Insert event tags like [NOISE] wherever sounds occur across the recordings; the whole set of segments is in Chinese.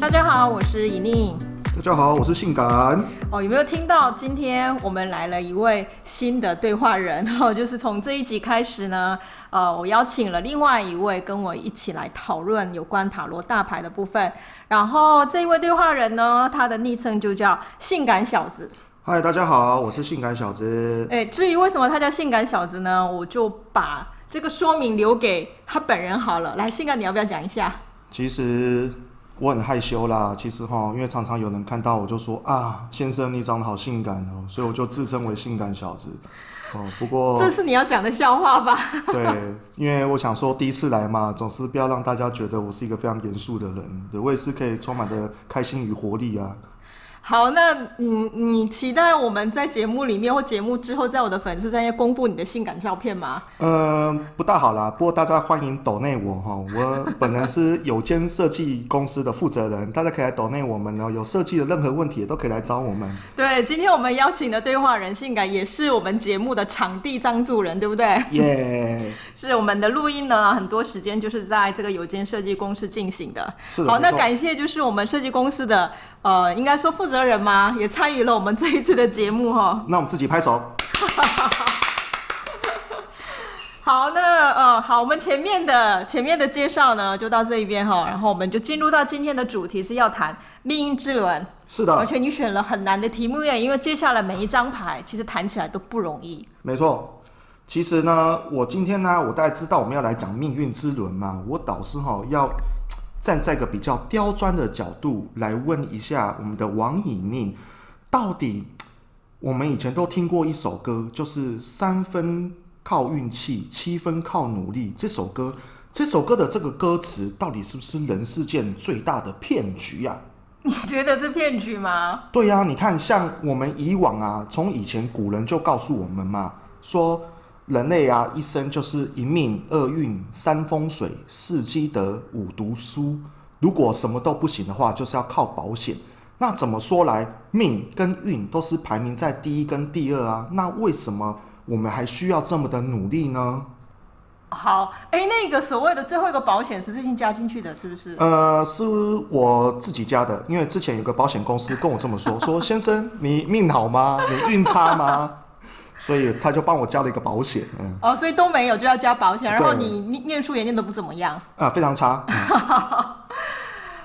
大家好，我是以宁。大家好，我是性感。哦，有没有听到？今天我们来了一位新的对话人 [LAUGHS] 哦，就是从这一集开始呢，呃，我邀请了另外一位跟我一起来讨论有关塔罗大牌的部分。然后这一位对话人呢，他的昵称就叫“性感小子”。嗨，大家好，我是性感小子。哎，至于为什么他叫性感小子呢？我就把这个说明留给他本人好了。来，性感，你要不要讲一下？其实我很害羞啦，其实哈，因为常常有人看到我就说啊，先生你长得好性感哦，所以我就自称为性感小子。哦，不过这是你要讲的笑话吧？对，因为我想说第一次来嘛，总是不要让大家觉得我是一个非常严肃的人，对我也是可以充满着开心与活力啊。好，那你你期待我们在节目里面或节目之后，在我的粉丝专业公布你的性感照片吗？嗯、不大好啦。不过大家欢迎抖内我哈，我本人是有间设计公司的负责人，大家可以来抖内我们哦。有设计的任何问题也都可以来找我们。对，今天我们邀请的对话人性感也是我们节目的场地张助人，对不对？耶、是我们的录音呢，很多时间就是在这个邮件设计公司进行的。是的好，那没错感谢就是我们设计公司的呃，应该说负责人嘛，也参与了我们这一次的节目哈、那我们自己拍手。好，那呃，好，我们前面的前面的介绍呢，就到这一边哈，然后我们就进入到今天的主题，是要谈命运之轮。是而的，且你选了很难的题目耶，因为接下来每一张牌其实谈起来都不容易。 [LAUGHS] 没错。其实呢，我今天呢，我大概知道我们要来讲命运之轮嘛，我导师哈要站在一个比较刁钻的角度来问一下我们的王以宁，到底我们以前都听过一首歌，就是三分靠运气，七分靠努力。这首歌，这首歌的这个歌词到底是不是人世间最大的骗局啊呀、你觉得是骗局吗？对呀、你看，像我们以往啊，从以前古人就告诉我们嘛，说人类啊一生就是一命二运三风水四积德五读书，如果什么都不行的话，就是要靠保险。那怎么说来，命跟运都是排名在第一跟第二啊，那为什么我们还需要这么的努力呢？好，哎，那个所谓的最后一个保险是最近加进去的，是不是？呃，是我自己家的，因为之前有个保险公司跟我这么说， [LAUGHS] 说先生你命好吗？ [LAUGHS] 你运差吗？所以他就帮我加了一个保险，嗯哦，所以都没有就要加保险，然后对你念念书也念得不怎么样。啊，非常差，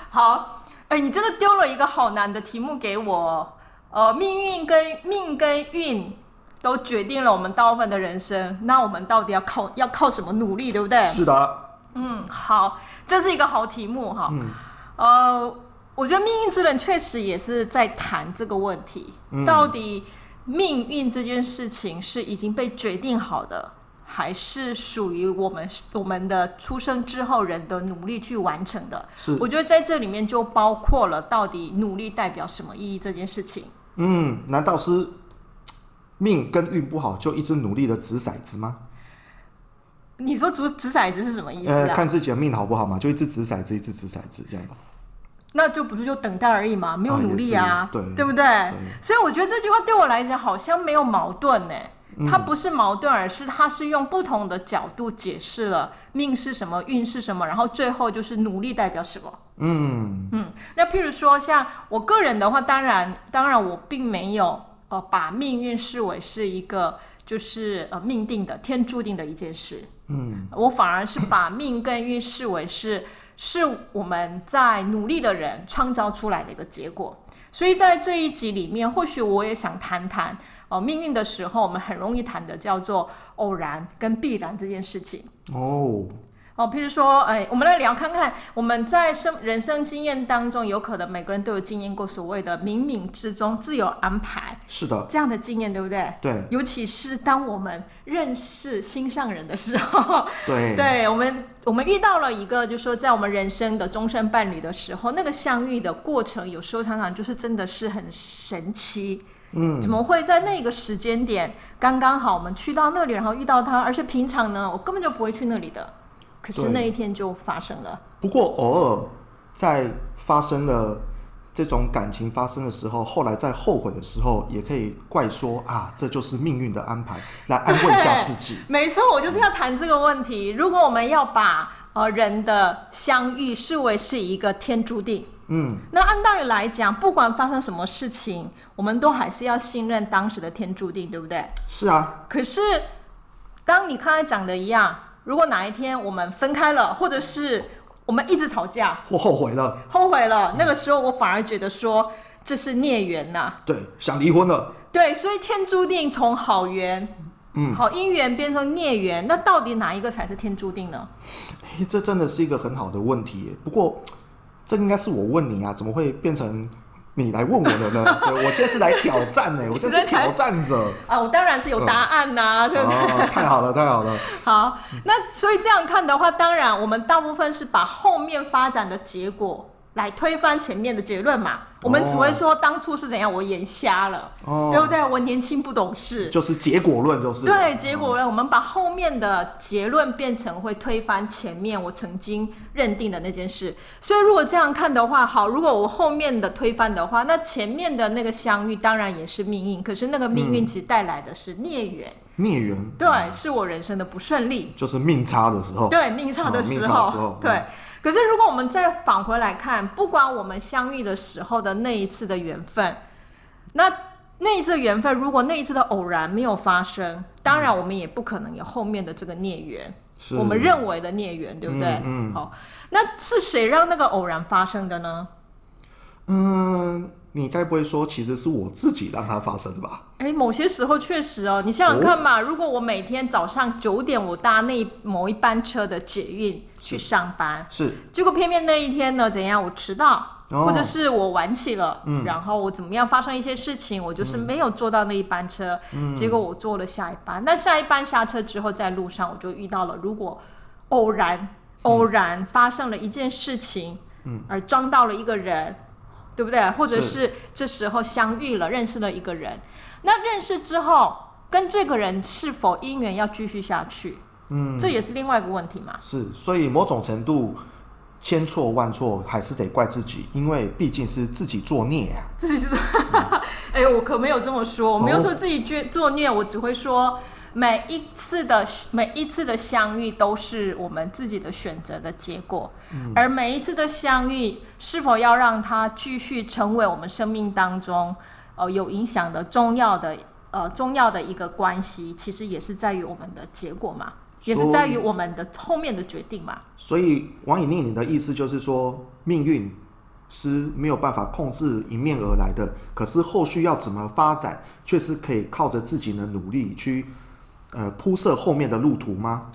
好，哎，你真的丢了一个好难的题目给我哦。呃，命运跟命跟运都决定了我们大部分的人生，那我们到底要靠要靠什么努力，对不对？ [LAUGHS] 是的，嗯，好，这是一个好题目哈。嗯呃，我觉得命运之轮确实也是在谈这个问题，嗯到底命运这件事情是已经被决定好的，还是属于我们我们的出生之后人的努力去完成的？是我觉得在这里面就包括了到底努力代表什么意义这件事情。嗯，难道是命跟运不好就一直努力的掷骰子吗？你说掷掷骰子是什么意思呃，啊？看自己的命好不好嘛，就一直掷骰子，一直掷骰子这样子。那就不是就等待而已嘛，没有啊也努力啊，是对不对对所以我觉得这句话对我来讲好像没有矛盾呢、嗯它不是矛盾，而是它是用不同的角度解释了命是什么，运是什么，然后最后就是努力代表什么。嗯，嗯，那譬如说像我个人的话，当然，当然我并没有呃把命运视为是一个就是呃命定的、天注定的一件事。嗯，我反而是把命跟运视为是是我们在努力的人创造出来的一个结果。所以在这一集里面，或许我也想谈谈哦、呃命运的时候，我们很容易谈的叫做偶然跟必然这件事情。哦，哦，譬如说，哎，我们来聊看看，我们在生人生经验当中，有可能每个人都有经验过所谓的冥冥之中自有安排是的，这样的经验，对不对？对尤其是当我们认识心上人的时候，对对我们，我们遇到了一个，就是说在我们人生的终身伴侣的时候，那个相遇的过程，有时候常常就是真的是很神奇。嗯，怎么会在那个时间点刚刚好我们去到那里，然后遇到他？而且平常呢，我根本就不会去那里的，可是对那一天就发生了。不过偶尔在发生了这种感情发生的时候，后来在后悔的时候，也可以怪说啊，这就是命运的安排，来安慰一下自 [LAUGHS] 己。没错，我就是要谈这个问题。如果我们要把呃人的相遇视为是一个天注定，嗯，那按道理来讲，不管发生什么事情，我们都还是要信任当时的天注定，对不对？是啊，可是，当你刚才讲的一样，如果哪一天我们分开了，或者是我们一直吵架，或后悔了，后悔了，那个时候我反而觉得说这是孽缘呐、对，想离婚了，对，所以天注定从好缘，嗯，好姻缘变成孽缘，那到底哪一个才是天注定呢？诶这真的是一个很好的问题耶。不过，这个应该是我问你啊，怎么会变成你来问我的 [LAUGHS] 呢？对我这是来挑战呢，我这是挑战者。啊，我当然是有答案呐、对不对？哦，太好了，太好了。 [LAUGHS] 好，那所以这样看的话，当然我们大部分是把后面发展的结果来推翻前面的结论嘛。我们只会说当初是怎样，我眼瞎了，哦对不对？我年轻不懂事。就是结果论，就是对，结果呢，我们把后面的结论变成会推翻前面我曾经认定的那件事。所以如果这样看的话，好，如果我后面的推翻的话，那前面的那个相遇当然也是命运，可是那个命运其实带来的是孽缘，孽缘，对，是我人生的不顺利。就是命差的时候。对命差的哦命时差候，的时候对嗯。可是如果我们再返回来看，不管我们相遇的时候的那一次的缘分，那那一次的缘分，如果那一次的偶然没有发生，当然我们也不可能有后面的这个孽缘，是我们认为的孽缘，对不对？嗯好，那是谁让那个偶然发生的呢？嗯，你该不会说其实是我自己让它发生的吧？哎，某些时候确实哦，你想想看嘛，如果我每天早上九点我搭那一某一班车的捷运去上班，是结果偏偏那一天呢，怎样我迟到，哦或者是我晚起了，然后我怎么样发生一些事情，我就是没有坐到那一班车，结果我坐了下一班。那下一班下车之后，在路上我就遇到了，如果偶然偶然发生了一件事情，嗯，而撞到了一个人，对不对？或者是这时候相遇了，认识了一个人，那认识之后跟这个人是否姻缘要继续下去，嗯，这也是另外一个问题嘛。是，所以某种程度千错万错还是得怪自己，因为毕竟是自己作孽啊。自己是， [LAUGHS] 哎、我可没有这么说，我没哦有说自己作作孽，我只会说每一次的每一次的相遇都是我们自己的选择的结果，嗯而每一次的相遇是否要让它继续成为我们生命当中呃有影响的重要的呃重要的一个关系，其实也是在于我们的结果嘛，也是所在以于我们的后面的决定嘛。所以王以宁，你的意思就是说，命运是没有办法控制迎面而来的，可是后续要怎么发展，却是可以靠着自己的努力去呃铺设后面的路途吗？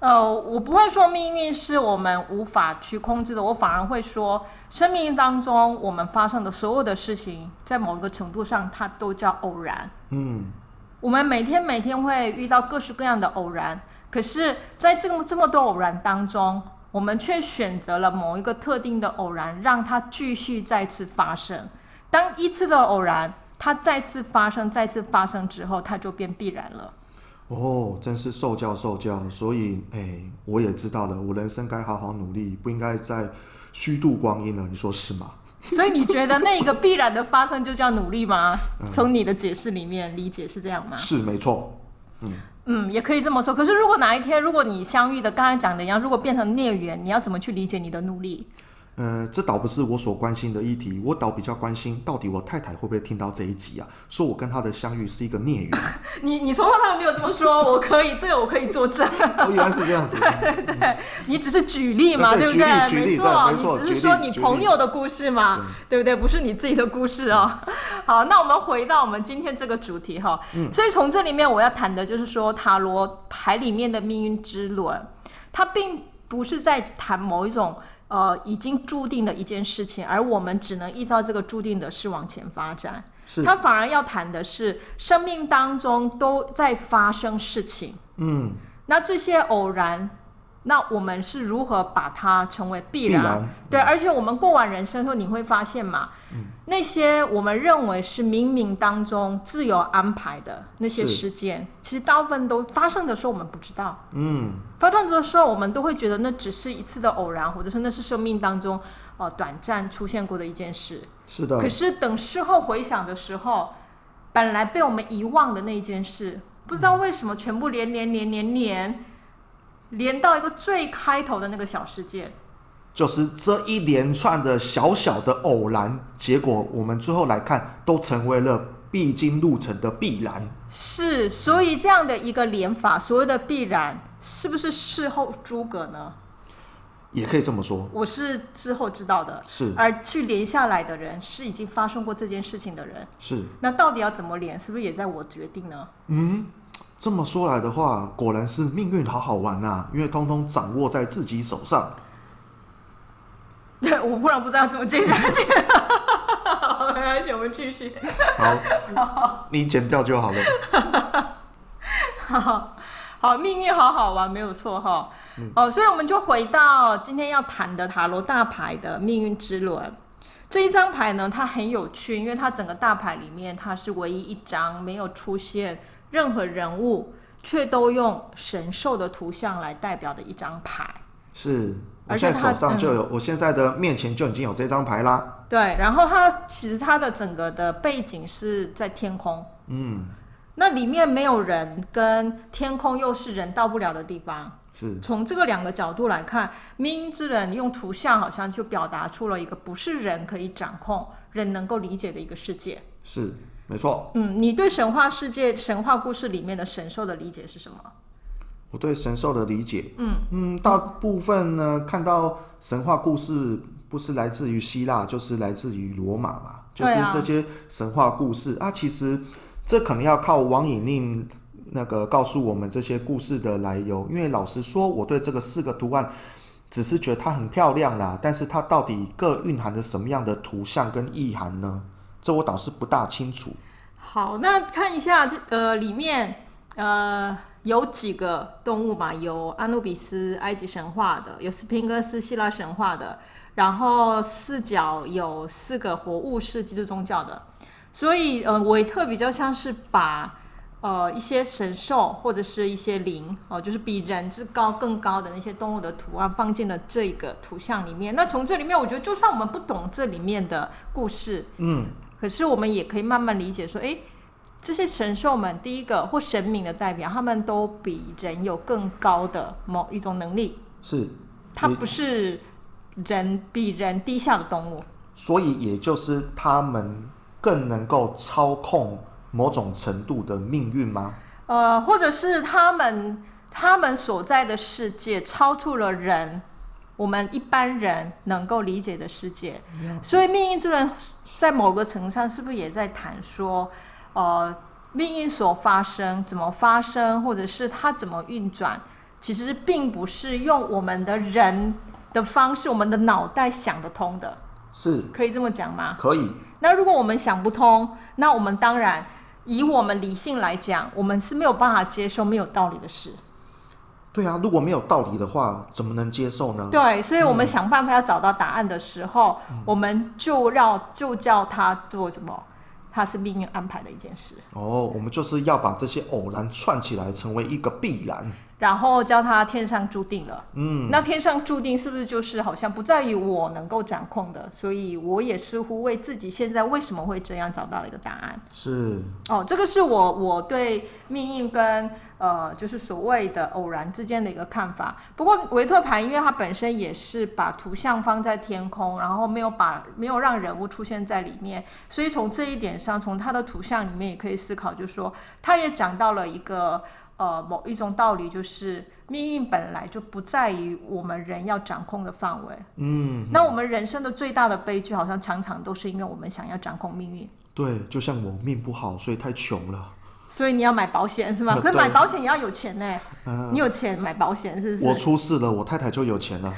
呃，我不会说命运是我们无法去控制的，我反而会说，生命当中我们发生的所有的事情，在某个程度上，它都叫偶然。嗯，我们每天每天会遇到各式各样的偶然，可是，在这么这么多偶然当中，我们却选择了某一个特定的偶然，让它继续再次发生。当一次的偶然，它再次发生、再次发生之后，它就变必然了。哦，真是受教受教，所以哎、我也知道了，我人生该好好努力，不应该再虚度光阴了，你说是吗？ [LAUGHS] 所以你觉得那个必然的发生就叫努力吗？从你的解释里面理解是这样吗？是啊没错，嗯，也可以这么说。可是如果哪一天，如果你相遇的刚才讲的一样，如果变成孽缘，你要怎么去理解你的努力？呃，这倒不是我所关心的议题，我倒比较关心到底我太太会不会听到这一集啊？说我跟她的相遇是一个孽缘，你你从头到尾没有这么说，我可以，这个我可以作证。哦，原来是这样子，对 [LAUGHS] 你只是举例嘛，对不对举例没举例对没你错只是说举例你举例朋友的故事嘛，对不对？不是你自己的故事哦。嗯 [LAUGHS] 好，那我们回到我们今天这个主题哈、所以从这里面我要谈的就是说塔罗牌里面的命运之轮，它并不是在谈某一种。呃，已经注定的一件事情，而我们只能依照这个注定的事往前发展。是它反而要谈的是生命当中都在发生事情，嗯，那这些偶然，那我们是如何把它成为必然？必然嗯对，而且我们过完人生后，你会发现嘛，那些我们认为是冥冥当中自由安排的那些是事件，其实大部分都发生的时候我们不知道。嗯，发生的时候，我们都会觉得那只是一次的偶然，或者是那是生命当中呃短暂出现过的一件事。是的可，是等事后回想的时候，本来被我们遗忘的那一件事，不知道为什么全部连连连连连连到一个最开头的那个小事件，就是这一连串的小小的偶然，结果我们最后来看，都成为了必经路程的必然。是，所以这样的一个连法，所谓的必然，是不是事后诸葛呢？也可以这么说，我是之后知道的，是而去连下来的人是已经发生过这件事情的人，是。那到底要怎么连，是不是也在我决定呢？ [LAUGHS] 这么说来的话，果然是命运好好玩啊，因为通通掌握在自己手上。对，我忽然不知道怎么接下去。 [LAUGHS] 没关系，我们继续。好， [LAUGHS] 你剪掉就好了。好，好，命运好好玩，没有错哈。哦，所以我们就回到今天要谈的塔罗大牌的命运之轮。这一张牌呢，它很有趣，因为它整个大牌里面，它是唯一一张没有出现任何人物，却都用神兽的图像来代表的一张牌。是我而且嗯现在它手上就有，我现在的面前就已经有这张牌啦。对，然后它其实它的整个的背景是在天空，嗯，那里面没有人，跟天空又是人到不了的地方。是从这个两个角度来看，命运之人用图像好像就表达出了一个不是人可以掌控、人能够理解的一个世界。是，没错。嗯，你对神话世界、神话故事里面的神兽的理解是什么？我对神兽的理解，嗯嗯，大部分呢看到神话故事不是来自于希腊，就是来自于罗马嘛，就对是啊这些神话故事啊。其实这可能要靠王引令那个告诉我们这些故事的来由，因为老实说，我对这个四个图案。只是觉得它很漂亮啦，但是它到底各蕴含着什么样的图像跟意涵呢？这我倒是不大清楚。好，那看一下这呃里面呃有几个动物嘛？有阿努比斯埃及神话的，有斯宾克斯希腊神话的，然后四角有四个活物是基督宗教的，所以呃韦特比较像是把。呃，一些神兽或者是一些灵哦、就是比人之高更高的那些动物的图案放进了这个图像里面。那从这里面，我觉得就算我们不懂这里面的故事，嗯，可是我们也可以慢慢理解说，诶，这些神兽们，第一个或神明的代表，他们都比人有更高的某一种能力，是，它你不是人比人低下的动物。所以也就是他们更能够操控某种程度的命运吗？呃，或者是他们他们所在的世界超出了人我们一般人能够理解的世界，所以命运之轮在某个层上是不是也在谈说，呃，命运所发生怎么发生，或者是它怎么运转，其实并不是用我们的人的方式，我们的脑袋想得通的，是可以这么讲吗？可以，那如果我们想不通，那我们当然以我们理性来讲，我们是没有办法接受没有道理的事。对啊，如果没有道理的话，怎么能接受呢？对，所以我们想办法要找到答案的时候，我们就让就叫它做什么？它是命运安排的一件事，哦，我们就是要把这些偶然串起来，成为一个必然。然后叫它天上注定了。嗯，那天上注定是不是就是好像不在于我能够掌控的？所以我也似乎为自己现在为什么会这样找到了一个答案。是，哦，这个是我我对命运跟呃，就是所谓的偶然之间的一个看法。不过维特牌，因为它本身也是把图像放在天空，然后没有把没有让人物出现在里面，所以从这一点上，从它的图像里面也可以思考，就是说，它也讲到了一个呃某一种道理，就是命运本来就不在于我们人要掌控的范围。嗯，那我们人生的最大的悲剧，好像常常都是因为我们想要掌控命运。对，就像我命不好，所以太穷了。所以你要买保险是吗？呃可是买对嗯保险也要有钱呢、你有钱买保险是不我是？出事了，我太太就有钱了。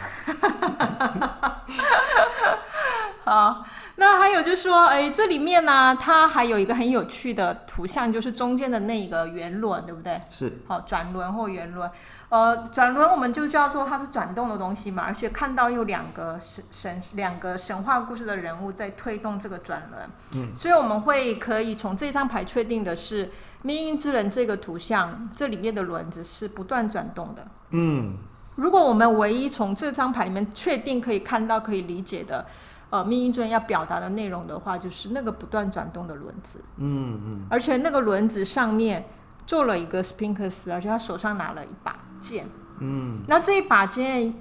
好，那还有就是说，哎、这里面呢、它还有一个很有趣的图像，就是中间的那个圆轮，对不对？是，好，转轮或圆轮，呃，转轮我们就叫做它是转动的东西嘛，而且看到有两个神神两个神话故事的人物在推动这个转轮，嗯，所以我们会可以从这张牌确定的是命运之轮这个图像，这里面的轮子是不断转动的，嗯，如果我们唯一从这张牌里面确定可以看到、可以理解的，呃，命运之轮要表达的内容的话，就是那个不断转动的轮子。嗯嗯，而且那个轮子上面做了一个斯宾克斯，而且他手上拿了一把剑。嗯，那这一把剑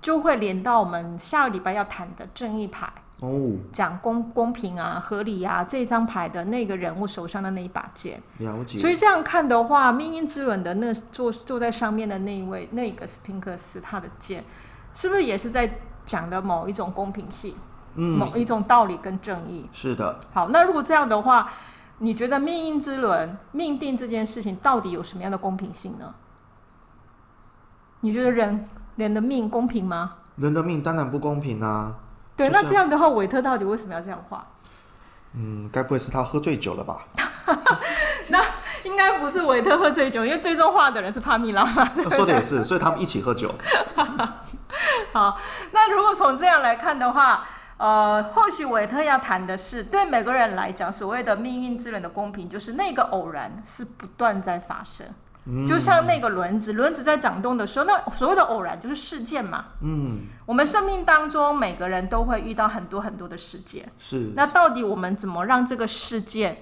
就会连到我们下个礼拜要谈的正义牌，哦，讲公公平啊、合理啊这一张牌的那个人物手上的那一把剑。了解。所以这样看的话，命运之轮的那坐坐在上面的那一位，那个斯宾克斯，他的剑是不是也是在讲的某一种公平性、嗯，某一种道理跟正义？是的，好，那如果这样的话，你觉得命运之轮、命定这件事情到底有什么样的公平性呢？你觉得人人的命公平吗？人的命当然不公平啊。对，就那像这样的话，韦特到底为什么要这样画？嗯，该不会是他喝醉酒 [LAUGHS] 了吧？应该不是韦特喝醉酒，因为最终画的人是帕米拉嘛。呃说的也是，所以他们一起喝酒。 [LAUGHS] 好，那如果从这样来看的话，呃，或许韦特要谈的是，对每个人来讲，所谓的命运之轮的公平，就是那个偶然是不断在发生。就像那个轮子，轮子在长动的时候，那所谓的偶然就是事件嘛。嗯，我们生命当中每个人都会遇到很多很多的事件，是那到底我们怎么让这个事件，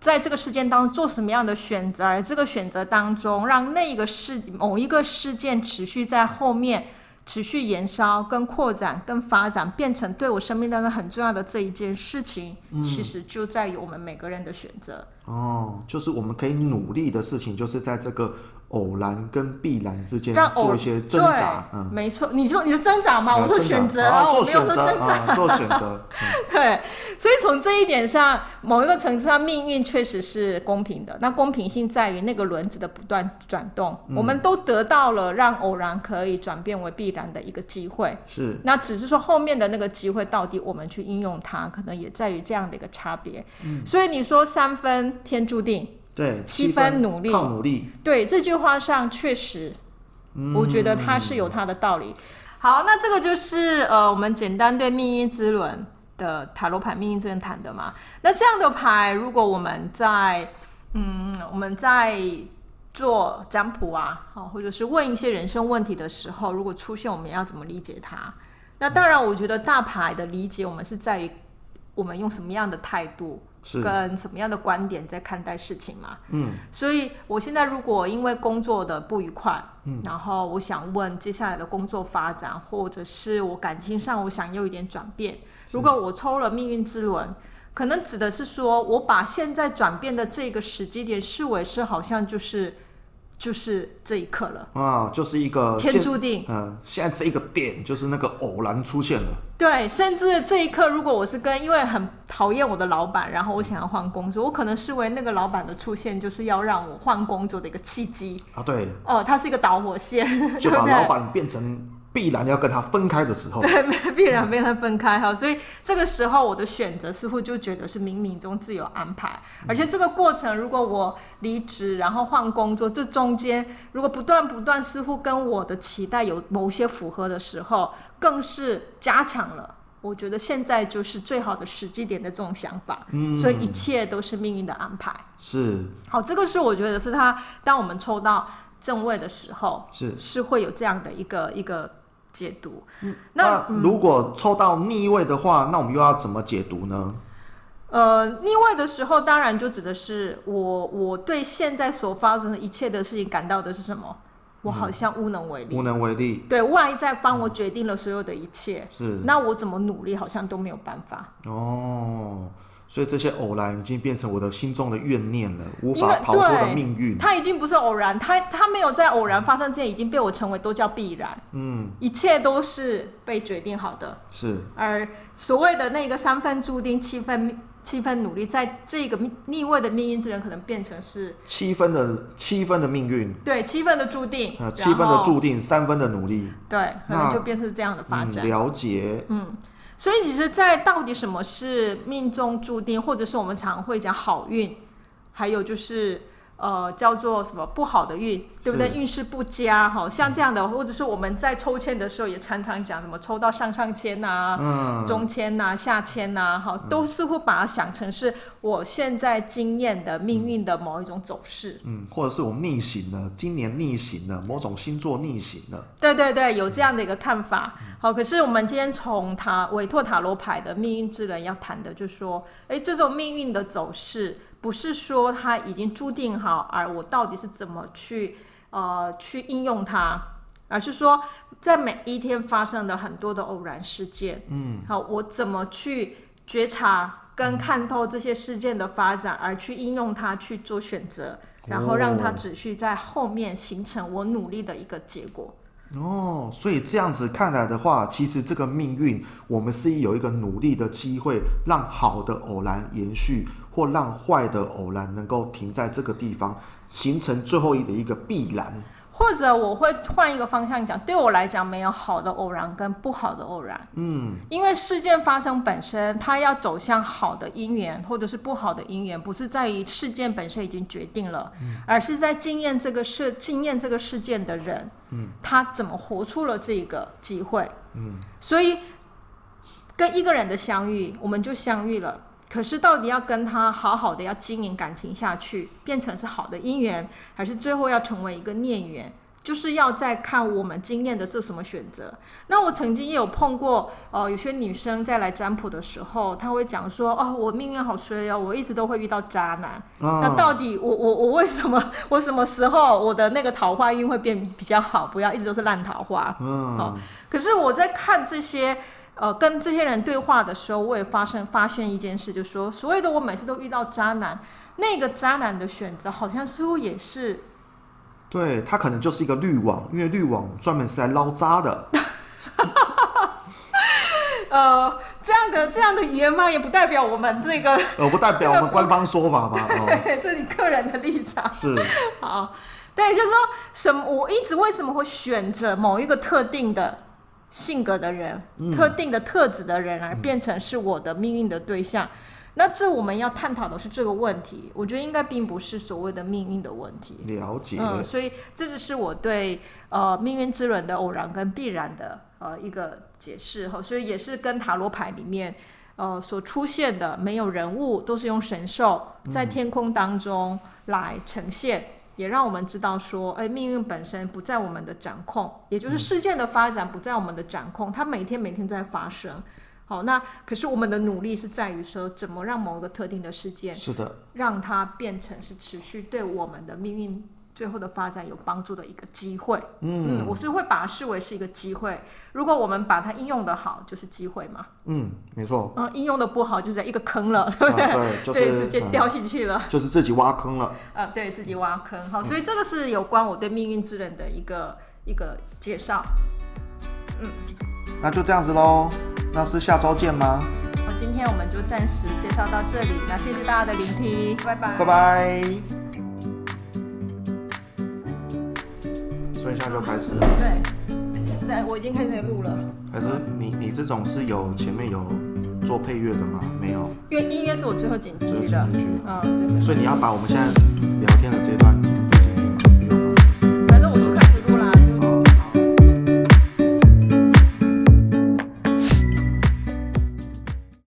在这个事件当中做什么样的选择？而这个选择当中，让那个事某一个事件持续在后面持续延烧、跟扩展、跟发展，变成对我生命当中很重要的这一件事情，嗯其实就在于我们每个人的选择。哦，就是我们可以努力的事情，就是在这个偶然跟必然之间让偶做一些挣扎。对嗯，没错，你说你说挣扎嘛，我说挣扎选择啊，我做没有选说择挣扎。啊，做选择。 [LAUGHS] 对，所以从这一点上，某一个层次上，命运确实是公平的。那公平性在于那个轮子的不断转动，我们都得到了让偶然可以转变为必然的一个机会。是，那只是说后面的那个机会到底我们去应用它，可能也在于这样的一个差别。所以你说三分天注定，对，七七分努力靠努力。对这句话上确实，我觉得它是有它的道理。好，那这个就是呃，我们简单对命运之轮的塔罗牌命运之轮谈的嘛。那这样的牌，如果我们在嗯，我们在做占卜啊，好，或者是问一些人生问题的时候，如果出现，我们要怎么理解它？那当然，我觉得大牌的理解，我们是在于我们用什么样的态度是跟什么样的观点在看待事情嘛。嗯，所以我现在如果因为工作的不愉快，嗯，然后我想问接下来的工作发展，或者是我感情上我想有一点转变，如果我抽了命运之轮。可能指的是说，我把现在转变的这个时机点视为是好像就是就是这一刻了，啊，就是一个天现注定。嗯，现在这个点就是那个偶然出现了，对，甚至这一刻，如果我是跟因为很讨厌我的老板，然后我想要换工作，我可能视为那个老板的出现就是要让我换工作的一个契机。啊， [LAUGHS] 对，哦、它是一个导火线，就 [LAUGHS] 对把不老对？板变成必然要跟他分开的时候，对，没 [LAUGHS] 必然被他分开哈，所以这个时候我的选择似乎就觉得是冥冥中自有安排，而且这个过程如果我离职然后换工作，这中间如果不断不断似乎跟我的期待有某些符合的时候，更是加强了。我觉得现在就是最好的时机点的这种想法，所以一切都是命运的安排。 [LAUGHS] 是好，这个是我觉得是他当我们抽到正位的时候，是。是会有这样的一个一个解读。那嗯那如果抽到逆位的话，那我们又要怎么解读呢？呃，逆位的时候，当然就指的是我，我对现在所发生的一切的事情感到的是什么？我好像无能为力，嗯无能为力，对外在帮我决定了所有的一切，是那我怎么努力好像都没有办法。哦，所以这些偶然已经变成我的心中的怨念了，无因为法逃脱的对命运。它已经不是偶然，它它没有在偶然发生之前已经被我成为都叫必然，嗯，一切都是被决定好的。是而所谓的那个三分注定，七分七分努力，在这个逆位的命运之人，可能变成是七分的七分的命运，对七分的注定，呃，然七分的后注定，三分的努力。对，可那能就变成这样的发嗯，展。了解，所以，其实，在到底什么是命中注定，或者是我们常会讲好运，还有就是呃叫做什么不好的运，对不对？是运势不佳，哈，像这样的，或者是我们在抽签的时候也常常讲什么抽到上上签呐、嗯，中签呐、下签呐，哈，都似乎把它想成是我现在经验的命运的某一种走势。嗯，或者是我们逆行了，今年逆行了，某种星座逆行了，对对对，有这样的一个看法。好，可是我们今天从塔委托塔罗牌的命运之人要谈的，就是说，诶，这种命运的走势，不是说它已经注定好，而我到底是怎么去呃去应用它，而是说在每一天发生的很多的偶然事件，嗯，好，我怎么去觉察跟看透这些事件的发展，而去应用它去做选择，然后让它只续在后面形成我努力的一个结果。哦，所以这样子看来的话，其实这个命运，我们是有一个努力的机会，让好的偶然延续，或让坏的偶然能够停在这个地方，形成最后一的一个必然。或者我会换一个方向讲，对我来讲没有好的偶然跟不好的偶然，嗯，因为事件发生本身，它要走向好的因缘或者是不好的因缘，不是在于事件本身已经决定了，而是在经验这个事经验这个事件的人，嗯，他怎么活出了这个机会，嗯，所以跟一个人的相遇，我们就相遇了。可是到底要跟他好好的要经营感情下去，变成是好的姻缘，还是最后要成为一个孽缘，就是要再看我们经验的这什么选择。那我曾经也有碰过，呃，有些女生在来占卜的时候，她会讲说，哦，我命运好衰哦，我一直都会遇到渣男。啊那到底我我我为什么我什么时候我的那个桃花运会变比较好？不要一直都是烂桃花。嗯哦，可是我在看这些呃跟这些人对话的时候，我也发生发现一件事，就是说所谓的我每次都遇到渣男，那个渣男的选择好像似乎也是对，它可能就是一个滤网，因为滤网专门是来捞渣的。呃这样的这样的语言嘛，也不代表我们这个 [LAUGHS] 呃，不代表我们官方说法嘛。哦，这里个人的立场。是，好，对，就是说什么，我一直为什么会选择某一个特定的性格的人、特定的特质的人来变成是我的命运的对象？那这我们要探讨的是这个问题，我觉得应该并不是所谓的命运的问题。了解。嗯，所以这就是我对呃命运之轮的偶然跟必然的呃一个解释哈，所以也是跟塔罗牌里面呃所出现的没有人物，都是用神兽在天空当中来呈现。也让我们知道说，哎，命运本身不在我们的掌控，也就是事件的发展不在我们的掌控，它每天每天都在发生。好，那可是我们的努力是在于说，怎么让某个特定的事件是的，让它变成是持续对我们的命运最后的发展有帮助的一个机会。嗯我是会把它视为是一个机会。如果我们把它应用的好，就是机会嘛。嗯，[LAUGHS] 没错，嗯，应用的不好，就在一个坑了，对 [LAUGHS] 不对？啊对就是对，直接掉进去了。就是自己挖坑了。啊，对自己挖坑。好，所以这个是有关我对命运之人的一个一个介绍。那就这样子喽，那是下周见吗？好，今天我们就暂时介绍到这里，那谢谢大家的聆听，拜拜，拜。拜。所以现在就开始了，对，现在我已经开始录了。可是你你这种是有前面有做配乐的吗？没有，因为音乐是我最后剪进只有去进的，进去。嗯，所以没有所以你要把我们现在聊天的这段